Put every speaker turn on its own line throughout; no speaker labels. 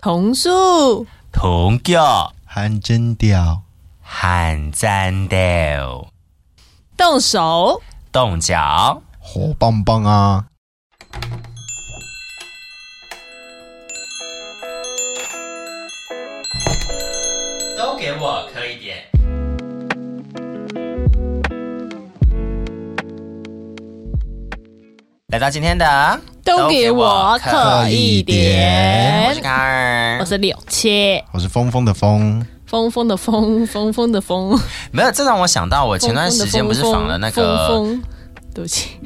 桐树，
同叫
含真屌，
喊赞的，
动手，
动脚。
火棒棒啊！
都给我磕一点。来到今天的，
都给我刻一
我
点
是。卡尔
我，是柳切，
我是风风的风，
风风的风，风风的风。
没有，这让我想到我前段时间不是
风
访了那
风
个
风，对不起，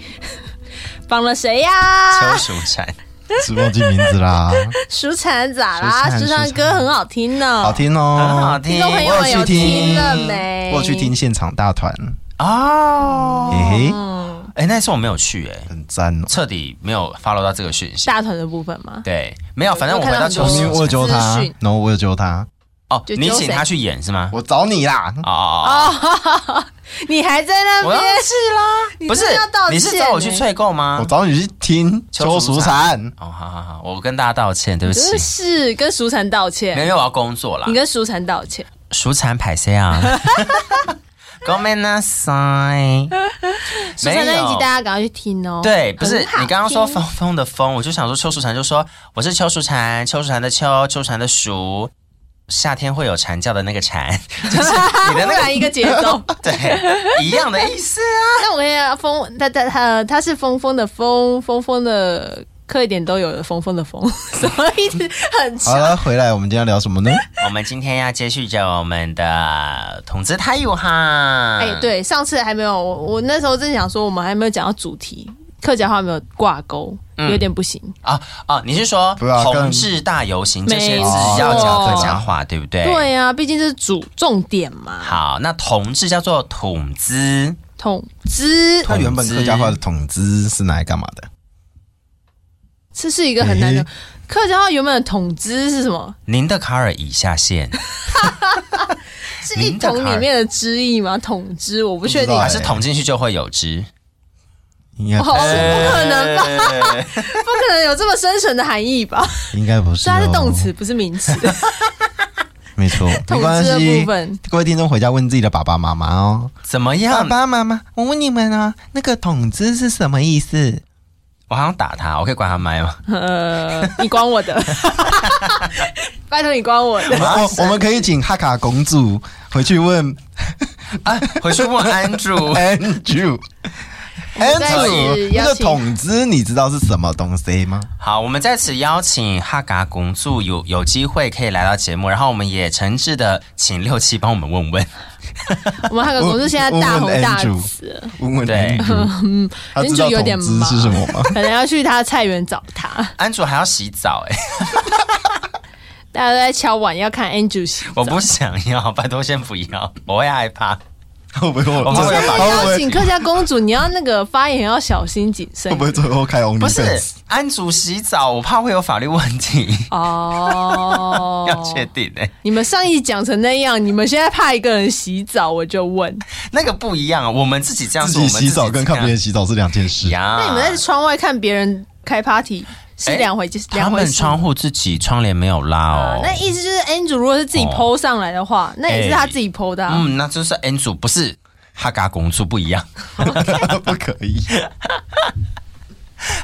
访了谁呀、
邱淑 贞，
是忘记名字啦，
舒蝉咋啦？
舒
舒
婵
蝉
舒婵
歌很好听呢，
好。听
很好
哦。
听
听
众朋友
我
们
有
有
去听
了没？
我有去听现场大团，
哦。
嘿嘿，
嗯，
哎，那次我没有去，哎，
很赞哦。
彻底没有 follow 到这个讯息。
大团的部分吗？
对，没有，反正我回到邱
我
因
看
为
到很
淑
我有
多
揪他
资讯，
然后我有揪他，
哦，
就
你
揪
请
谁
他去演是吗？
我找你啦。
哦哦
你还在那
哦，我要
边？
去啦。
你
不是
真的要道，歉
你是找我去
欸
退购吗
我？找你去听
啊邱
邱
淑
淑
婵
婵，
哦，好好好，我跟大家道歉，对不起
真。是跟舒婵道
没有，
歉，
没有，我要工作啦
你。跟舒婵道歉。
熟产排 C 啊，ごめんなさい。
舒
没
婵那一集大家
有。
赶快去听哦。
对，不是
很好
你刚刚说
听
风风的风，我就想说邱淑婵就说我是邱淑婵，邱淑婵的邱，邱淑婵的淑，夏天会有蝉叫的那个蝉，就是你 的
突
那
然一个节奏。
个 对一样的意思啊。
那我跟你讲，风，他他他他是风风的风，风风的刻一点都有了风风的风， 所以一直很
好
长。
了，回来我们今天要聊什么呢？
我们今天要接续着我们的统治泰语哈。
哎、，对，上次还没有，我我那时候正想说，我们还没有讲到主题，客家话没有挂钩，
嗯
有点不行。
啊啊，你是说
不要跟
同志大游行这些
没
字
错
要讲客家话，对不
哎
对？
对呀、啊，毕竟这是主重点嘛，
好，那同志叫做统资，
统之
它原本客家话的统资是拿来干嘛的？
这是一个很难的
诶。
客家话原本的统之是什么？
您的卡尔已下线，
是一
您的
统
卡
里面的之意吗？统之我不确定
不知，道
还是捅进去就会有之？
应该
哦，是不可能吧？
哎
吧？
不可能有这么深沉的含义吧？
应该不是、
所以
哦，
它是动词，不是名词。
没错，
统
没关
治的部
系。
分，
各位听众回家问自己的爸爸妈妈哦，
怎么
爸
样？
爸妈妈，我问你们啊，那个统治是什么意思？
我好想打他，我可以关他麦 吗？
呃，你管我 的，拜托你管我
我
的。
们我我们可以请哈卡公主回去问
啊，回去问安住。
Andrew。
再
Andrew，
次
那
邀
个
请
统治你知道是什么东西吗？
好，我们在此邀请哈嘎公主有有机会可以来到节目，然后我们也诚挚的请六七帮我们问问。
我们汉克公司现在大红大紫了，
问问
对
Andrew，他知
嗯 Andrew
道
有
统
点
治
忙
是什么吗？
可能要去他的菜园找他。
安主还要洗澡哎、
大家都在敲碗要看 Andrew 洗澡
我不想要， 拜托先不要，我会害怕。
会不会我
我们
最
会啊把
会不
邀
会
请客家公主，你要那个发言要小心谨慎
会不会最后开 Only
不是安主洗澡，我怕会有法律问题，。
哦
要确定哎、
你们上一集讲成那样，你们现在怕一个人洗澡，我就问，
那个不一样啊，我们自己这样
自
做，我
己
们
洗澡跟看别人
人
洗澡是两件事。
呀。
那你们在窗外看别人开 party 是
哎
两回事，
他
两回
们
事。
窗户自己窗帘没有拉
啊
哦，。
那意思就是 Andrew 如果是自己
哦
PO 上来的话，那也是他自己 PO 的、啊。
嗯，那就是 N 主不是哈嘎公主不一样。
不可以。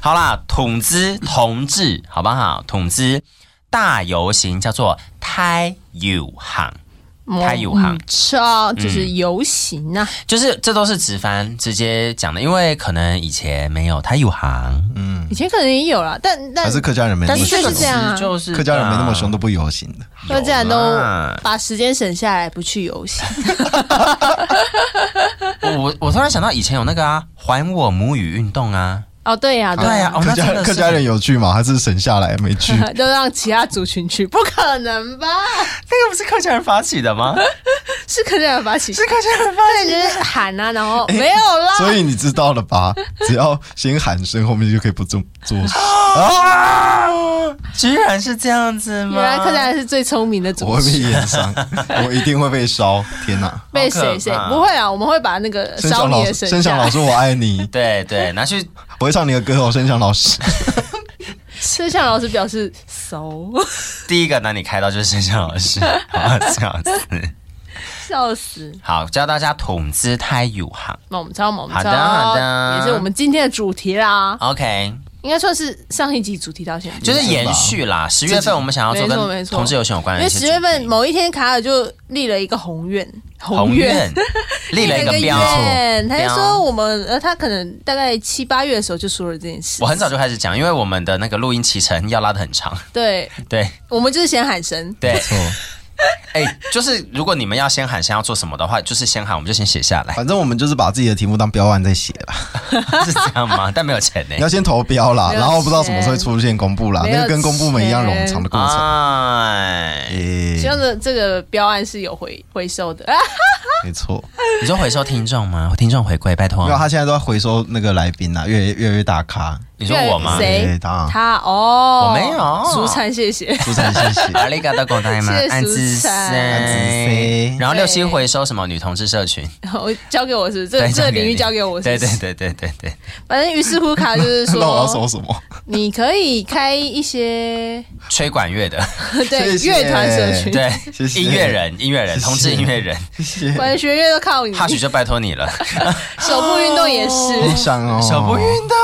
好啦，统之同志，好不好？统之大游行叫做胎友行，
嗯
他有行
超就是游行啊，
就是这都是直翻直接讲的，因为可能以前没有胎友行，
以前可能也有啦，但但
还是客家人没那
但
么
是
是
这
凶
个
这样啊
词就是
客家人没那么凶，都不游行的。
客家人都
有啦
把时间省下来不去游行，
我我突然想到以前有那个啊，还我母语运动啊，
哦，对呀、
对呀、哦，
客
那真
家
的是
客家人有去吗？还是省下来没去？
呀、 都让其他族群去，不可能吧？
那个不是客家人发起的吗？
是客家人发起，
是客家人发
客家人就是喊啊，然后没有啦，
所以你知道了 吧？只要先喊声，后面就可以不做做事。
啊，居然是这样子吗？
原来客家人是最聪明的族
我会被
群。
淹 伤，我一定会被烧。天哪！
被谁谁
好可怕
不会啊？我们会把那个
申
烧
翔
你
老
的
师，申翔
下
老
来。
师，我爱你。
对对，拿去
我会唱你的歌哦，申翔老师。
申翔老师表示熟，
第一个呢，你开到就是盛夏老师，哦好笑死。
笑死！
好，教大家筒子胎乳行。
那我们知道吗？我们
好
知
的
道，
好的
也是我们今天的主题啦，
OK，
应该算是上一集主题到现在，
就是延续啦。十月份我们想要做
没错没
跟
错
同志游行有关
因
的
为
一些主
十
题，
月份某一天卡尔就立了一个宏愿，
宏
愿。
愿立了 一个标，
愿他就
标
说我们呃，他可能大概七八月的时候就说了这件事。
我很早就开始讲，因为我们的那个录音期程要拉的很长。
对，
对
我们就是先喊声，
对，
错，
哎、就是如果你们要先喊先要做什么的话，就是先喊，我们就先写下来，
反正我们就是把自己的题目当标案在写啦。
是这样吗？但没有钱呢、
你要先投标啦，
没有
然后不知道什么时候会出现公布啦，
钱啊
那个跟公布们一样冗长的过程。
哎，
诶、
希望的这个标案是有回回收的。啊
没错，
你说回收听众吗？听众回馈，拜托
因为。他现在都在回收那个来宾啦，越越来越大咖。
你说我吗？
谁
诶当然，
他哦，
我没有
蔬菜，谢谢。
出产谢谢。
阿里嘎多广大吗
谢谢？
安之
蔬菜安
之
森
森，
然后六七回收什么女同志社群？
我交给我是不是这
对
这个领域
交
交给我是
对
不是
对。对对对对，
反正于是乎卡就是
那我要
说，
搜 什么？
你可以开一 些
吹管 乐的，
对
谢谢
乐团社群，
对
谢谢
音乐人，音乐人，
谢谢
同志音乐人，
谢谢。
管弦乐都靠你，
哈许就拜托你了。
手部运动也
好
是，
想哦，
手部运动，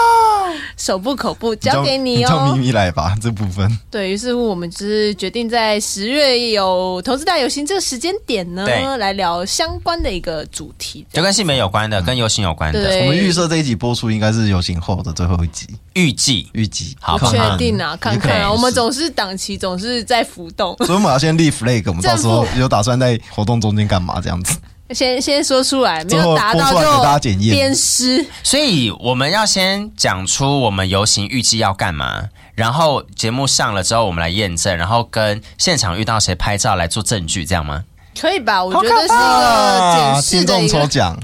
手部口部
叫
交给你
叫咪
哦。
咪来吧，这部分
对于是乎，我们就是决定在十月有投资大游行这个时间点呢
对，
来聊相关的一个主题。
就跟性别有关的，跟游行有关的，
对
我们预设这一集播出应该是游行后的最后一集，
预计
预计。
好
不
看
确
看
定啊，看看
也可
啊，
以
我们总是档期总是在浮 动。
所以我们要先立 flag，我们到时候有打算在活动中间干嘛这样子？
先先说出来，没
最后
有达到
播出来给大家
就
检验
鞭尸。
所以我们要先讲出我们游行预计要干嘛，然后节目上了之后，我们来验证，然后跟现场遇到谁拍照来做证据，这样 吗？
可以吧？我觉得是一个
啊
检视
听
的
众
一
抽
个
奖，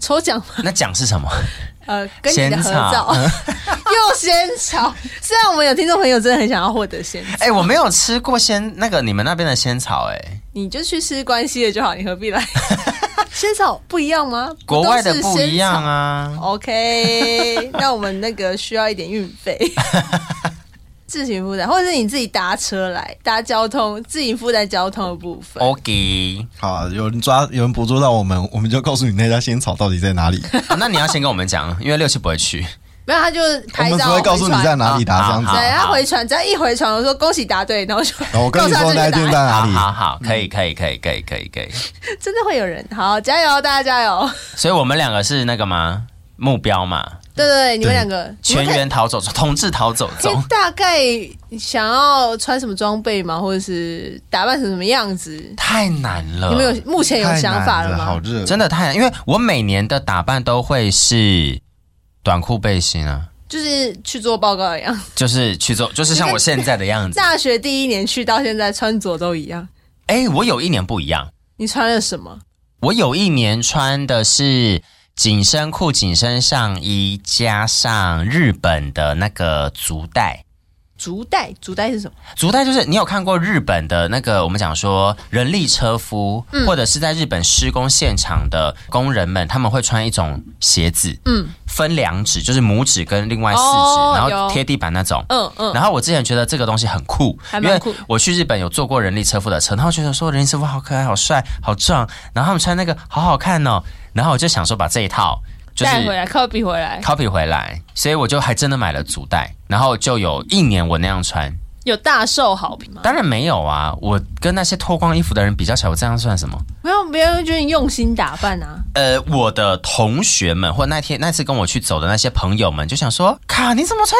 抽奖，
那讲是什么？
呃，跟你的合
仙草
照 又仙草。虽然我们有听众朋友真的很想要获得仙草，
哎、我没有吃过仙那个你们那边的仙草、哎，
你就去吃关系的就好，你何必来？仙草不一样吗？
国外的
都是
不一样啊
仙。草。OK，那我们那个需要一点运费。自行负担，或者是你自己搭车来搭交通，自行负担交通的部
哦
分。
OK，、
好啊，有人抓，有人捕捉到我们，我们就告诉你那家仙草到底在哪里。
啊那你要先跟我们讲， 因为六七不会去。
没有，他就
我
拍
们只
照，哎
会告诉你在哪里打
好
这样
好
子。
对，
好
他回传，只要一回传，我说恭喜答对，然后就
然后我跟你说那一天在
啊
好
哪里，
好好，可以可以可以可以可以可以。
真的会有人，好，加油，大家加油！
所以我们两个是那个吗？目标嘛，
对对对，你们两个你
全
们可以
员逃走，同志逃走
可
中
以。大概想要穿什么装备吗？或者是打扮成什么样子？
太难了，
你们有目前有
太
想
难
法了
好
吗？
热，
真的呃太难，因为我每年的打扮都会是短裤背心啊，
就是去做报告的样子，
就是去做，就是像我现在的样子。
大学第一年去到现在穿着都一样。
哎、我有一年不一样，
你穿了什么？
我有一年穿的是紧身裤、紧身上衣，加上日本的那个足带。
竹带，竹带是什么？
足带就是你有看过日本的那个，我们讲说人力车夫，
嗯
或者是在日本施工现场的工人们，他们会穿一种鞋子，
嗯
分两指，就是拇指跟另外四指，
哦
然后
有
贴地板那种。
嗯嗯，
然后我之前觉得这个东西很酷，
还
因
蛮
为
酷
我去日本有坐过人力车夫的车，然后觉得说人力车夫好可爱、好帅、好壮，然后他们穿那个好好看哦，然后我就想说把这一套就是
带回来，copy 回来，
copy 回来，所以我就还真的买了足带，然后就有一年我那样穿。
有大受好评吗？
当然没有啊，我跟那些脱光衣服的人比较起来，我这样算什么？
没有，别人会觉得你用心打扮啊。
呃，我的同学们或那天那次跟我去走的那些朋友们就想说，卡你怎么穿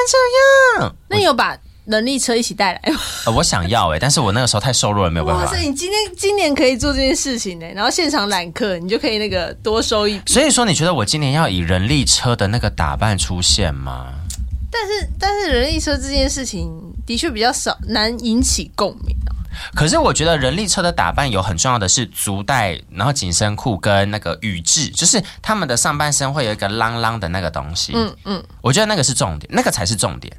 这样？
那你有把人力车一起带来吗？
呃，我想要哎、但是我那个时候太瘦弱了，没有办
哇
法
塞，。你今天今年可以做这件事情呢、然后现场揽客，你就可以那个多收一笔。
所以说，你觉得我今年要以人力车的那个打扮出现吗？
但是但是人力车这件事情的确比较少，难引起共鸣啊、
可是我觉得人力车的打扮有很重要的是足带，然后紧身裤跟那个羽质，就是他们的上半身会有一个啷啷的那个东西。
嗯嗯，
我觉得那个是重点，那个才是重点。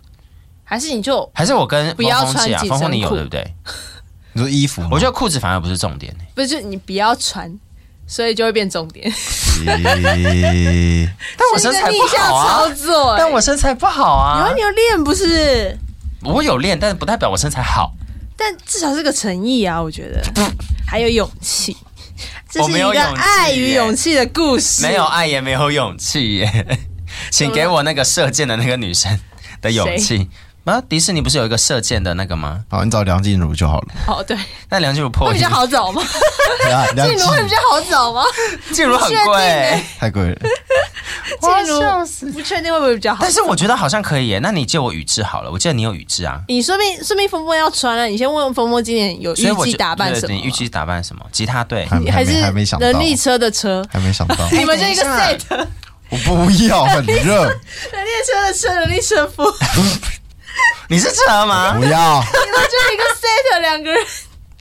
还是你就
还是我跟
不要
峰峰姐啊，
穿紧身
峰峰你有
裤
对不对？
你说衣服吗？
我觉得裤子反而不是重点、
不是就你不要穿，所以就会变重点。
咦
但我
是
身
一个
材
逆
不
向
好啊
操，作、欸，
但我身材不好
有啊
啊。
你有练不是？
我有练，但是不代表我身材好。
但至少是个诚意啊，我觉 得，还有勇气，这
我
是
没
一
有
个
勇气
爱与
耶
勇气的故事。
没有啊爱也没有勇气 耶，请给我那个射箭的那个女生的勇气。啊，迪士尼不是有一个射箭的那个吗？
好，你找梁静茹就好了。
哦，对，
那梁静茹破
会
亿
比较，好找吗？
啊梁
静
静
茹会比较好找吗？
静茹很
不确定
贵
耶，
太贵了，
静茹不确定会不会比较好
但。是我觉得好像可以耶。那你借我宇智好了，我记得你有宇智啊，
你说不定说不定风波要穿啊了、你先问问风波今年有
所以
预
我
计
就
打扮
对
什么？
你预计打扮什么？吉他队。
还
你
没
还
还
是
没还没想到，
人力车的车，
还没想到，
你们就一个
哎等一
set，
下
我不要，很热，
人力车的车，人力车 夫，你
你是车吗？
不要，
们就一个 set 两个人。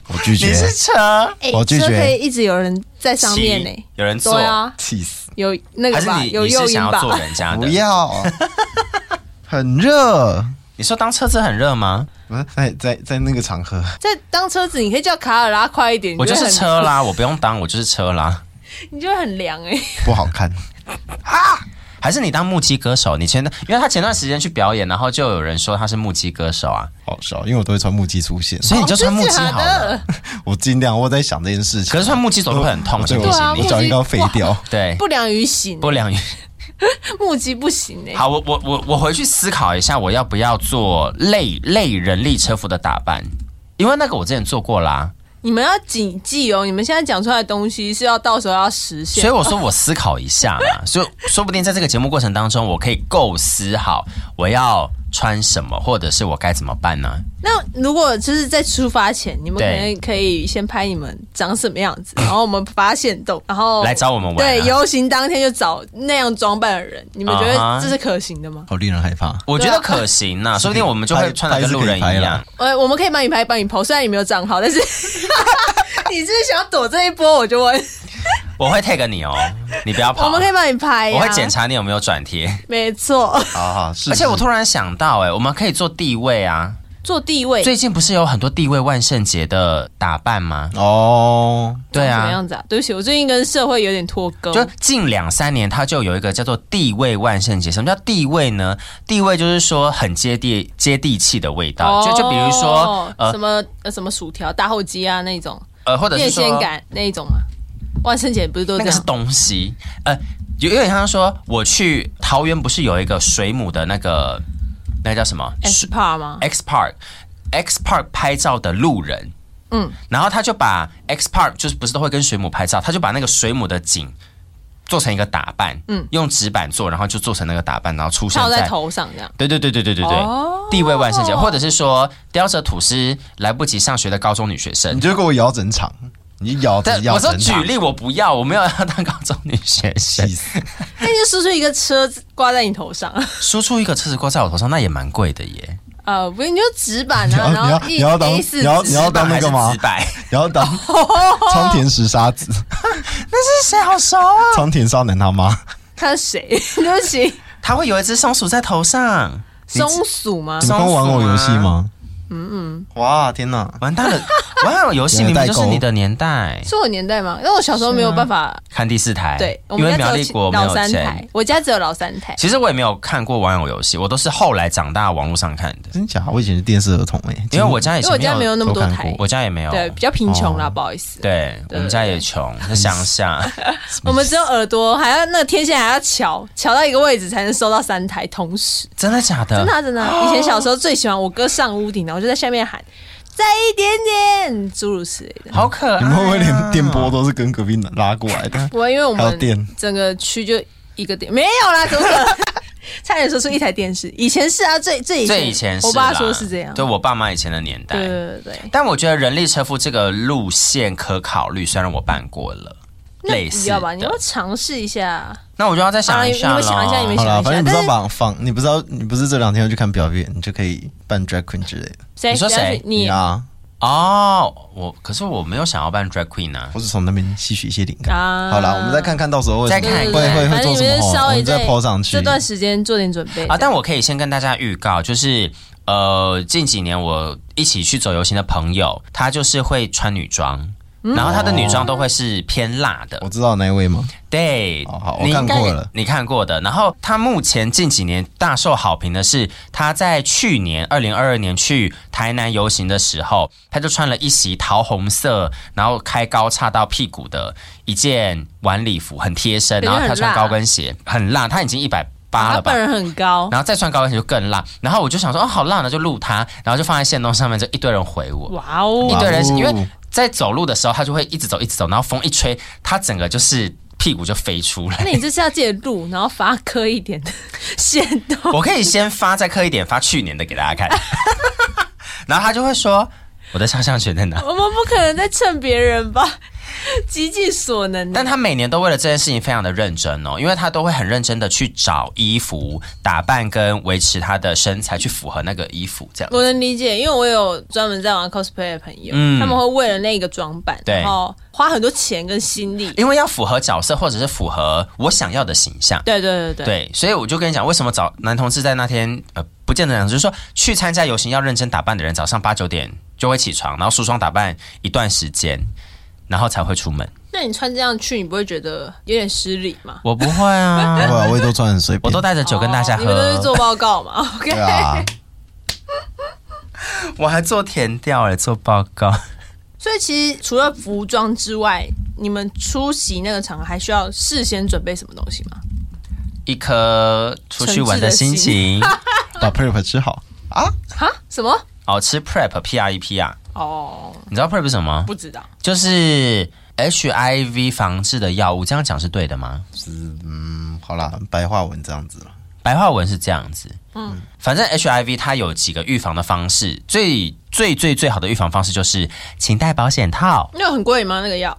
我拒
你
绝，
是车？
哎
我拒绝
车可以一直有人在上面呢、
骑有人坐
对，啊，
气死，
有那
还
个
是
吧，
你
有
你
诱
是
因
想要
吧。
做人家
不
的？
要，很热，
你说当车子很热吗？
不是在在在那个场合，
在当车子，你可以叫卡尔拉快一点，
我就
你
是
很
车啦， 我不用当，我就是车啦。
你就会很凉 哎、
不好看，
还是你当木击歌手？你前段，因为他前段时间去表演，然后就有人说他是木击歌手啊，
好笑，因为我都会穿木屐出现，
所以你就穿木
哦
屐
真
好
假
了。
的，
我尽量我在想这件事情
可，是穿木屐走路会很痛，
对
先
我
提
对啊
醒
木
你。
屐
脚应该要废掉，
对，
不良于行，
哎不良于
目击不行哎、
好，我我我我回去思考一下，我要不要做类类人力车服的打扮？因为那个我之前做过啦，
你们要谨记哦，你们现在讲出来的东西是要到时候要实现
所以。我说我思考一下 嘛，所以说不定在这个节目过程当中，我可以构思好我要穿什么，或者是我该怎么办呢？
那如果就是在出发前，你们可
对
能可以先拍你们长什么样 子，然后我们发现动，然后
来找我们玩、啊。
对，游行当天就找那样装扮的人，你们觉
啊哈
得这是可行的吗？
好令人害怕，
我觉得可行呐、说不定我们就会穿的跟路人
拍
一
是可以拍
样
啦。
呃，我们可以帮你拍，帮你 PO，虽然你没有账号，但是 你是不是想要躲这一波，我就问，
我会 take 你哦，你不要跑。
我们可以帮你拍、呀
我会检查你有没有转贴。
没错，
好好啊是，
而且我突然想到、哎，我们可以做地位啊。
做地位，
最近不是有很多地位万圣节的打扮吗？
哦，
对
什么
啊，
样子啊？对不起，我最近跟社会有点脱钩，
就近两三年，它就有一个叫做地位万圣节。什么叫地位呢？地位就是说很接地接地气的味道。啊就就比如说
哦
呃
什么呃什么薯条、大后鸡啊那种，
呃，或者
面
是
线
说
感那一种嘛。万圣节不是都这
那个是
样？
东西，呃，有有点像说我去桃园不是有一个水母的那个那个叫什么
S Park 哎吗？
X Park X Park 拍照的路人，
嗯，
然后他就把 X Park 就是不是都会跟水母拍照，他就把那个水母的景做成一个打扮，嗯
嗯，
用纸板做，然后就做成那个打扮，然后出现
套
在
在头上这样。
对对对对对对对，
哦
地位万圣节，或者是说叼着吐司来不及上学的高中女学生
嗯
你。就给我摇整场，你就摇着
但
摇
我说
整
举
场，
例，我不要，我没有要当高中女学生
气。死，
那你就输出一个车子挂在你头 上，
说出一个车子锅在我头上，那也蛮贵的耶。
呃，不，你就纸板
你要
啊，
你要
然后一
你要当
A 四
你要你
纸，
要当那个吗
几百？
然后 当苍田石沙 子，
这是谁好熟啊？
苍田沙男他妈，
看谁？ 对不起，
他会有一只松鼠在头上，
松鼠吗
你？
松
们刚玩
鼠
偶游戏
啊
吗？嗯嗯，哇，天哪！
完 蛋了！玩偶游戏明明就是你的年代，
是我年代吗？因为我小时候没有办法，
看第四台，
对，我
啊因
们
为
家
苗
只
栗
有
国没
老
有
三
钱
台。，我家只有老三台。
其实我也没有看过玩偶游戏，我都是后来长大网络上看的，
真假？我以前是电视儿童哎、
因为我家以
因为我
前
家没
有，
有那么多
都看
台
过，
我家也没有，
对，比较贫穷啦，
哦
不好意思。
对，我
对
们家也穷，在乡下。
我们只有耳朵，还要那个天线还要瞧瞧到一个位置才能收到三台，同时
真的假的？
真的啊、真的啊、以前小时候最喜欢我哥上屋顶，然后我就在下面喊“再一点点”诸如此类的。
好可爱、
你们会不会连电波？都是跟隔壁拉过来的？
不会，因为我
还有电
们整个区就一个电没有啦，怎么可 能？差点说出一台电视，以前是啊，最最以前
最以前是啦，
我爸说是这样，
对
对
我爸妈以前的年代。
对对对对，
但我觉得人力车夫这个路线可考虑，虽然我办过了，类
那
似
不
的
要吧，你要尝试一下，
那我就要再想一下
好
了。
啦你们想一下你们
好啦，
想一下
反正你不
但
知道
是
绑放，你不知道你不是这两天要去看表演，你就可以扮 drag queen 之类的。
谁
你说
不要
谁
去你
啊，
哦，我可是我没有想要办 drag queen 啊。
我是从那边吸取一些灵感。
啊
好啦，我们再看看到时候会
再
对
看
对
会
对
会会
反正
做
你
什
们
么
就稍
好，我
微
们再
在
po 上去
这。段时间做点准备
啊，但我可以先跟大家预告，就是呃，近几年我一起去走游行的朋友，他就是会穿女装。
嗯
然后她的女装都会是偏辣的
我，知道那一位吗？
对，
哦好我
你
看
应该
过了
你看过的。然后她目前近几年大受好评的是，她在去年二零二二年去台南游行的时候，她就穿了一袭桃红色，然后开高叉到屁股的一件晚礼服，很贴身，
感觉
然后她
很
穿
辣
高跟鞋，很辣，她已经一百八
他
了吧
本？人很高，
然后再穿高跟鞋就更辣，然后我就想说哦好辣呢，就录她，然后就放在线动上面，就一堆人回我，
哇
一
哦，
堆人
哇哦
因为在走路的时候，她就会一直走一直走，然后风一吹，她整个就是屁股就飞出来
那。你这次要记得录，然后发科一点的 线动，
我可以先发再刻一点，发去年的给大家看， 然后他就会说我的肖像权在 哪？
我们不可能再蹭别人吧， 极尽所能的。
但他每年都为了这件事情非常的认真哦，因为他都会很认真的去找衣服打扮跟维持他的身材去符合那个衣服这样。
我能理解，因为我有专门在玩 cosplay 的朋友，
嗯
他们会为了那个装扮，
对
然后花很多钱跟心力。
因为要符合角色或者是符合我想要的形象，
对对对对，
对，所以我就跟你讲，为什么找男同志在那天呃不见得讲，就是说去参加游行要认真打扮的人，早上八九点就会起床，然后梳妆打扮一段时间，然后才会出门。
那你穿这样去，你不会觉得有点失礼吗？
我不会 啊，
不然我也都穿很随
我
便
都。带着酒跟大家
哦
喝，
你们都是做报告嘛？OK，
对啊，
我还做填调哎，做报告。
所以其实除了服装之外，你们出席那个场合还需要事先准备什么东西吗？
一颗出去玩的心情，
把 prep 吃好。
哈？什么？
哦，吃 prep p r e p 啊，
哦，
你知道 prep 是什么吗？
不知道。
就是 HIV 防治的药物，这样讲是对的吗？
嗯，好啦，白话文这样子了。
白话文是这样子，嗯，反正 HIV 它有几个预防的方式，最最最最好的预防方式就是，请戴保险套，
那有很贵吗？那个药？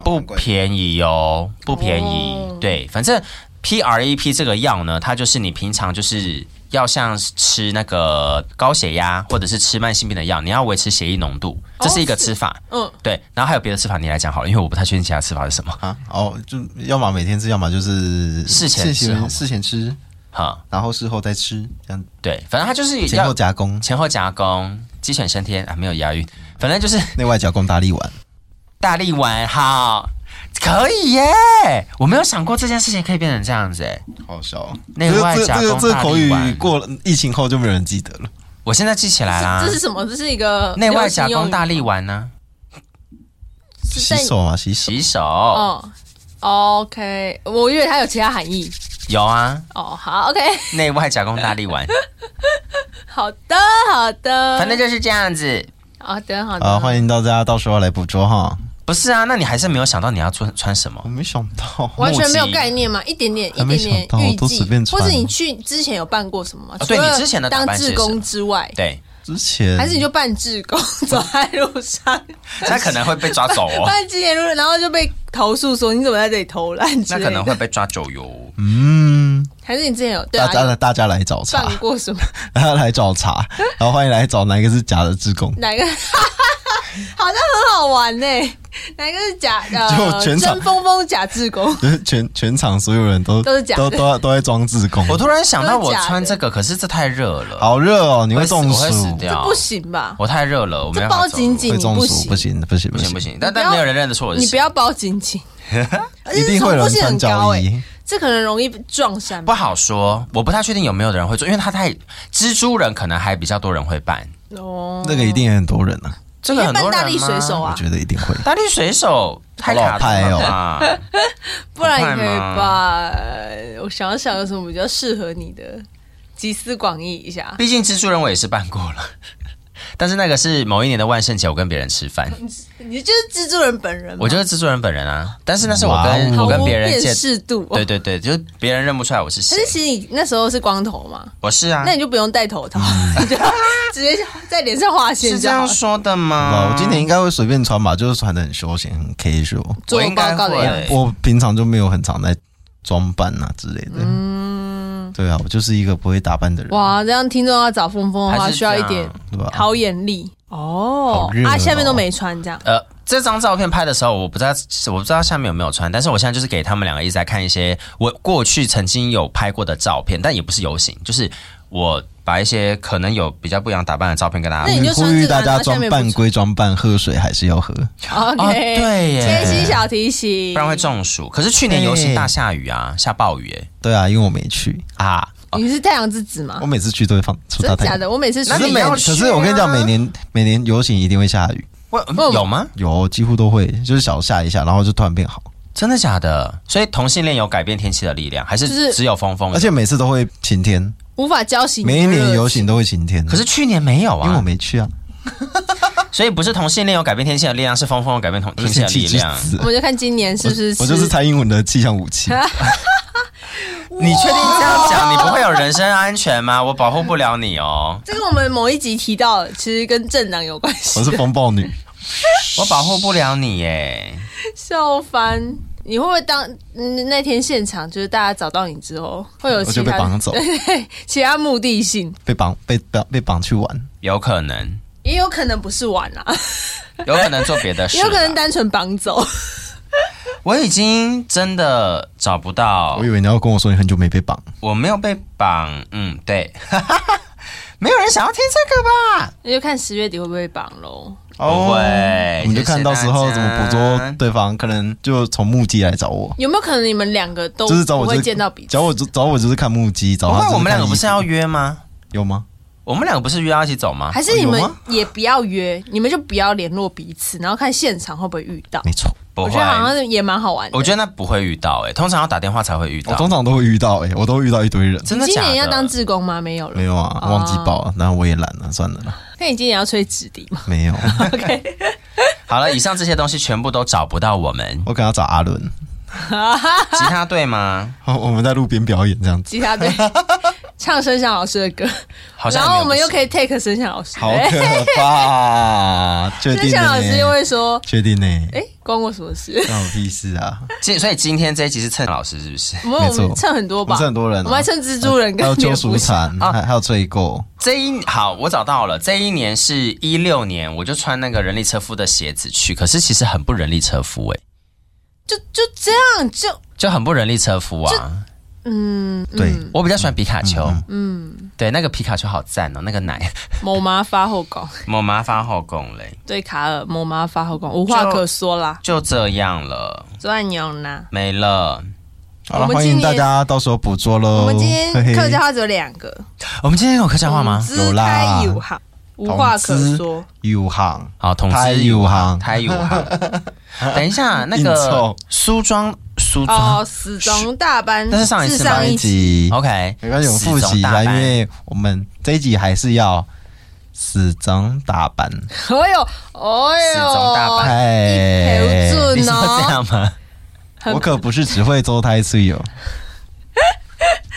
不便宜哦，不便宜。
哦
对，反正 P R E P 这个药呢，它就是你平常就是要像吃那个高血压或者是吃慢性病的药，你要维持血液浓度，
哦
这是一个吃法。
嗯，
对，然后还有别的吃法，你来讲好了，因为我不太确定其他吃法是什么。
啊，哦，就要么每天吃，要么就是
事前吃
事
好吗
前事前吃，
哈、
然后事后再吃，这样
对，反正它就是
前后
要
夹 攻，
前后夹攻、鸡犬升天啊，没有押韵，反正就是
内外夹攻大力丸。
大力丸好，可以耶！我没有想过这件事情可以变成这样子哎。
好笑哦，
内外夹攻
这个这个这
大力
个口语
丸
过了疫情后就没有人记得了。
我现在记起来啦
这，是什么？这是一个
啊内外夹攻大
力，
力丸呢、
是
洗
在
手嘛，洗手。
洗手、
哦。OK，我以为它有其他含义。
有啊，
哦，好，OK，
内外夹攻大力
嗯
丸，
好的，好的，
反正就是这样子。
好的，好的。
啊，欢迎大家到时候来捕捉哈。
不是啊，那你还是没有想到你要穿穿什么
我？没想到，
完全没有
募集
概念嘛，一点点，一
还没
点点
想到
预
都
计
随便，
或者
穿
你去之前有办过什么吗？
哦对
除了
你之前的打
当
扮是
志工之外，
对，
之前
还是你就扮志 工，走在路上，
那可能会被抓走 哦，
扮纪念路人，然后就被投诉说你怎么在这里偷懒之
那
类
可能
的。
会被抓走哟。
嗯，
还是你之前有对
大
啊，
家
有
来大家来找茬
办，过什么？
大家来找茬，然后欢迎来找哪一个是假的志工，
哪个？ 好像很好玩呢、哪个是假呃
就全场
真风风假志 工？
就是全全场所有人都
都是假的
都都都在装志工，
我突然想到，
都
我
是假的
穿这个，可是这太热了，
好热哦，你
我
会
死
中
我
暑
会，死
这
掉，
不，行吧？
我太热了，我没
这
办法
包
走
紧
路
紧，
会
你
中
不
暑，不
行，
行不行
不
不
行
行
不，行，但
你不要
但没有人认得出我是
你不
谁，
要包紧 紧，
一定会有人穿
高欸
胶衣，
这可能容易撞衫
不
吧。
好说，我不太确定有没有人会做，因为他太蜘蛛人，可能还比较多人会办，
哦，
那个一定也很多人啊，
这个很多人
大力
吗
水手
我
啊，
觉得一定会。
大力水手太
好老
卡通
派
了
哦
吧？
不然你可
好
以
看吗
把呃我想想有什么比较适合你的，集思广益一下。
毕竟蜘蛛人我也是办过了， 但是那个是某一年的万圣节，我跟别人吃饭，
你就是蜘蛛人本人嘛，
我就是蜘蛛人本人啊。但是那是我跟
哇哦
我
毫
跟
无
别人借
辨，识度。
对对对，就是别人认不出来我是谁
但是，其实你那时候是光头嘛，
我是啊
那，你就不用戴头套，
嗯
你就直接在脸上画线
是这
就好
样
了。
说的
啊
吗？
我今年应该会随便穿吧，就是穿的很休闲，很 casual。
做
我应该
报告的样
会
子，
我平常就没有很常在装扮啊之类的。嗯，对啊，我就是一个不会打扮的人，
哇，这样听众要找峰峰的话，
还是
需要一
这样
点
对吧？
好眼力哦
好热。哦
啊，下面都没穿这样。
呃，这张照片拍的时候，我不知道我不知道下面有没有穿，但是我现在就是给他们两个一直在看一些我过去曾经有拍过的照片，但也不是游行，就是我把一些可能有比较不一样打扮的照片跟大
那
家
你就
呼
算
吁
这个
大家
拿下
装
面
扮
不
归装扮，喝水还是要喝。
哦
OK，
对耶
贴心小提醒，
不然会中暑。可是去年游行大下雨啊，下暴雨哎、
对啊，因为我没去，
啊，
你是太阳之子吗
我？每次去都会放
啊
出
真
大
的
太
假
阳。
的？我每次去
那
可是
你
每
要
可是我跟你讲，
去啊
每年每年游行一定会下雨，
我
哦
有吗？
有几乎都会，就是小下一下，然后就突然变好，
真的假的？所以同性恋有改变天气的力量，还
就是
是只有风风雨？
而且每次都会晴天，
无法浇熄
每一年游
有
行都会晴天。啊
可是去年没有
因为我
啊，
没去啊，
所以不是同性恋有改变天气的力量，是风风有改变同天气的力
之
量。
子
我，们就看今年是不是
我就是蔡英文的气象武 器。
你确定这样讲，你不会有人身安全吗？我保护不了你哦，
这个我们某一集提到，其实跟政党有关系
我。是风暴女，
我保护不了你耶。
笑翻，你会不会当嗯那天现场就是大家找到你之后，会有
我
其
就被绑
他
走，
其他目的性，
被绑被绑被绑去玩。
有可能，
也有可能不是玩啊，
有可能做别的事
也
啦。
有可能单纯绑走。
我已经真的找不到
我以，为你要跟我说你很久没被绑，
我没有被绑。嗯，对， 没有人想要听这个吧？
那就看十月底会不会绑喽。
不
哦
会，
哦我们就
谢谢
看到时候
大家
怎么捕捉对方，可能就从目击来找我，
有没有可能你们两个都
哦就是找
不
我就
会
是
见到彼此？
找我就找我就是看目击，找
不
他
会
哦就，是
我们两个
看
不是
衣服
要约吗？
有吗？
我们两个不是约要一起走吗？
还是你们
有吗
也不要约，你们就不要联络彼此，然后看现场会不会遇到。
没错，
不
我
会
觉，得
啊
好像也蛮好玩的。
我觉得那不会遇到哎、通常要打电话才会遇
我
到。
通常都会遇到，哎，我都会遇到一堆人。
真的
你今
假的？
年要当志工吗？没有了。
没有啊，
哦
忘记报了，然后我也懒了，算了啦，
那你今年要吹纸笛 吗
没有，。
？OK，
好了，以上这些东西全部都找不到我们
我可能要找阿伦，
吉他队吗？
好我们在路边表演这样子，
吉他 队唱声响老师的歌，
好像
然后我们又
以。
可以 take 声响老师。
好
哎
可怕，确
声
定
响老师又
呢？
会说
确定呢？：“
哎，关我什么事
关我屁事啊！
今所以今天这一集是蹭老师是不 是？”？
我们
没
我
错
们蹭很多
我
吧
们是，很多人啊，
我们还蹭蜘蛛人
还有
跟
救
蝙
赎
蝠侠。
蝉，
啊
还还有罪
嗯
过，
这一好，我找到了。这一年是一六年，我就穿那个人力车夫的鞋子去，可是其实很不人力车夫哎、
就就这样，就
就很不人力车夫啊。
嗯，
对
嗯
我比较喜欢皮卡丘，嗯，对，那个皮卡丘好赞哦，那个奶，
某麻发后宫
我麻烦后宫嘞，
对卡尔，某麻发后宫无话
就
可说啦，
就这样了，
最爱鸟呢。
没了。
好了，
我们
欢
今
迎大
年
家到时候捕捉
哦
喽。
我们今天
嘿嘿
客家话只有两个，
我们今天有客家话吗？
知开有行，无话可说。
有行，
好，同
台
志
有行
台有行。 等一下，那
硬
个
凑
梳妆梳妆
哦，死忠大班，
那是上一次
是
吧
上
一
一集
集
，OK，
没关系，我们
始
复
终
习一
大
下，因
班
为我们这一集还是要始终打扮。
哎呦，哎
死忠大班
呦，
哎
你投
你
准
说这
哦，
样吗？
很
我可不是只会周胎碎哦，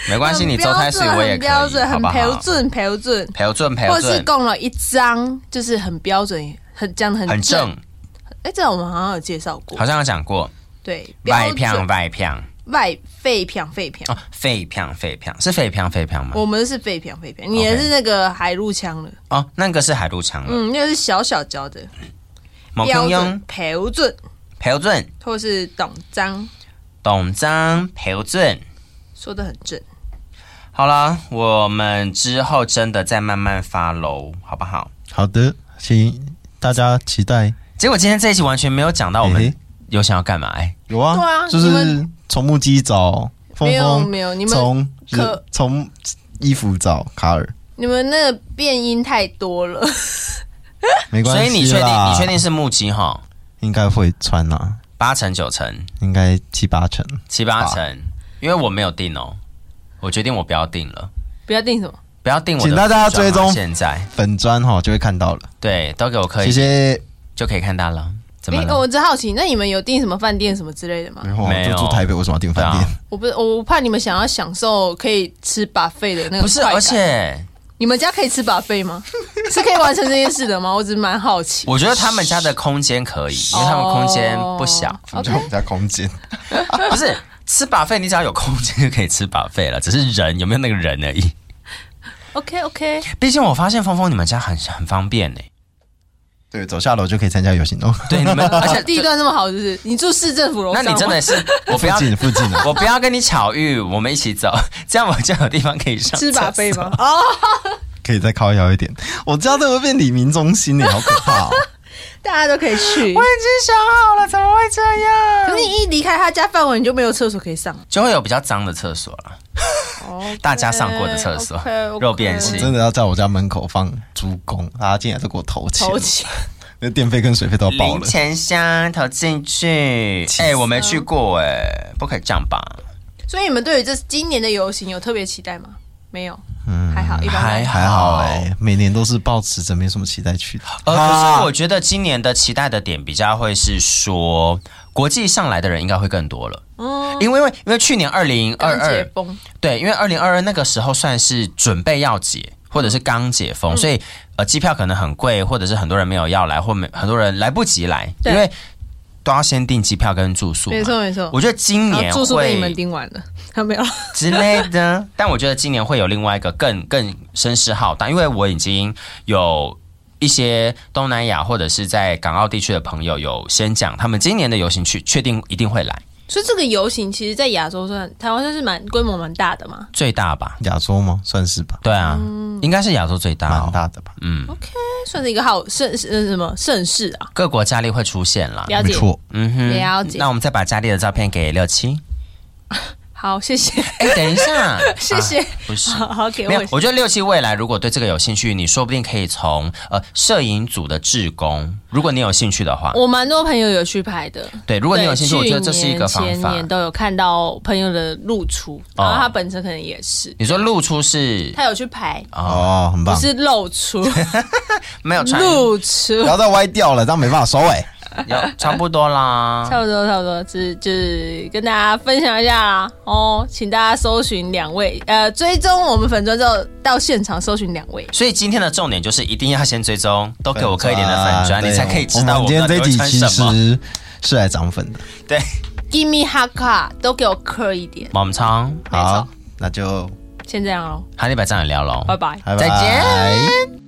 没关系，
很
你周开水我也
很
可
标准，
以，好
很
不好？
标准，标准，
朴准，朴
或者是
准，
供了一张，就是很标准，很讲的很
很正，，
哎，这我们好像有介绍过
好，像有讲过，
对，
外
标
漂
准
外漂
外废票废票，
哦，废漂废漂是废漂废漂吗？
我们是废票废票，你的
OK
是那个海陆腔了，
哦，那个是海陆腔了，
嗯，那个是小小教的。
某
嗯标
坑
准
哦庸、
标准，
朴准、
或是懂章，
董章、朴准。
说的很正。
好了，我们之后真的再慢慢发喽，好不好？
好的，请大家期待。
结果今天这一期完全没有讲到我
嘿
们
嘿
有想要干嘛、哎，
有啊，
对啊
就
你
是
们
从木屐找峰
没有
峰，
没有，你们
从
可
从衣服找卡尔，
你们那个变音太多了，
没
所
关
以你
系
确定
啦。
你确定是木屐哈？
应该会穿啦，
八成九成
应该七八成。
七八成，因为我没有定哦，我决定我不要定了，
不要定什么。
不要定我的
请
服
大
装啊。
家追踪
现在
粉砖哈就会看到了，
对都给我可以
谢谢。
就可以看到了，怎么
哎、
了？嗯
我只好奇，那你们有订什么饭店什么之类的吗？
没有啊，
没有
就住台北，为什么要订饭店？
我不，我怕你们想要享受可以吃把费的那个
不是，
快感
而且
你们家可以吃把费吗？ 是可以完成这件事的吗？我只是蛮好 奇。
我觉得他们家的空间可以，因为他们空间不小。
OK，
就我们家空间。
不是吃把费，你只要有空间就可以吃把费了，只是人有没有那个人而已。
OK OK，
毕竟我发现峰峰你们家很很方便呢、
对，走下楼就可以参加游行哦。
对你们，而且
地段那么好，就是你住市政府楼
那
上吗，
你真的是，我 不
附
要，
近附近啊的，
我不要跟你巧遇，我们一起走， 这样我就有地方可以上
吃把
厕所
费吗？哦，
可以再靠摇一点。我知道这会变李明中心的，好 可怕、哦！
大家都可以去
我。已经想好了，怎么会这
可
样？
是你一离开他家范围，你就没有厕所可以上了。
就会有比较脏的厕所了， 大家上过的厕所
OK，OK
肉便
我
器
真的要在我家门口放猪公，大家进来都给我投钱，
投钱，
那电费跟水费都要爆
零
了。
钱箱投进去。哎、我没去过哎、不可以这样吧？
所以你们对于这今年的游行有特别期待吗？没有，还好，一般
嗯还
好。
还好哎、每年都是抱持着没什么期待去的。
呃，可
啊
是我觉得今年的期待的点比较会是说，国际上来的人应该会更多了。
嗯，
因为因为因为去年二零二
刚解
二
封，
对，因为二零二二那个时候算是准备要解，或者是刚解
嗯
封，所以呃，机票可能很贵，或者是很多人没有要来，或没很多人来不及来，
对
因为都要先订机票跟住宿嘛。
没错没错。
我觉得今
然后
年
住宿被你们
会
盯完了， 他没有。
之类的， 但我觉得今年会有另外一个更更声势浩大，因为我已经有一些东南亚或者是在港澳地区的朋友有先讲，他们今年的游行去确定一定会来，
所以这个游行其实，在亚洲算台湾算是蛮规模蛮大的嘛。
最大吧？
亚洲吗？算是吧，
对啊，
嗯
应该是亚洲最大、
蛮
哦，
大的吧，
嗯，
算是一个好盛呃什么盛世啊，
各国佳丽会出现啦。
了
没
解
错。
嗯哼，
了解
那我们再把佳丽的照片给六七。
好，谢谢
哎， 等一下，
谢谢，
啊不是。
好好给
没有
我，
我觉得六七未来如果对这个有兴趣，你说不定可以从呃摄影组的志工，如果你有兴趣的话，
我蛮多朋友有去拍的。
对，如
如
果你有兴趣，我觉得这是一个方
前
法。哦
年都有看到朋友的露出，然后他本身可能也是，
你说露出是
他有去拍，
哦，
哦，很
不
棒！
是露出，
没有穿，
露出
不，要再歪掉了，这样没办法收尾。
有差不多啦。
差不多差不多，只就是跟大家分享一下啦哦，请大家搜寻两位，呃，追踪我们粉专之后到现场搜寻两位。
所以今天的重点就是一定要先追踪，都给我磕一点的粉砖，
对
你才可以知道
我们
我
今天
们
这
到
一
底会
集
穿
其
什么。
实是来涨粉的。
对，
Give me h a k a 都给我磕一点，
我们从
没错
好，那就
先这样喽，
哈利白这样聊喽，
拜拜。
拜拜，
再见。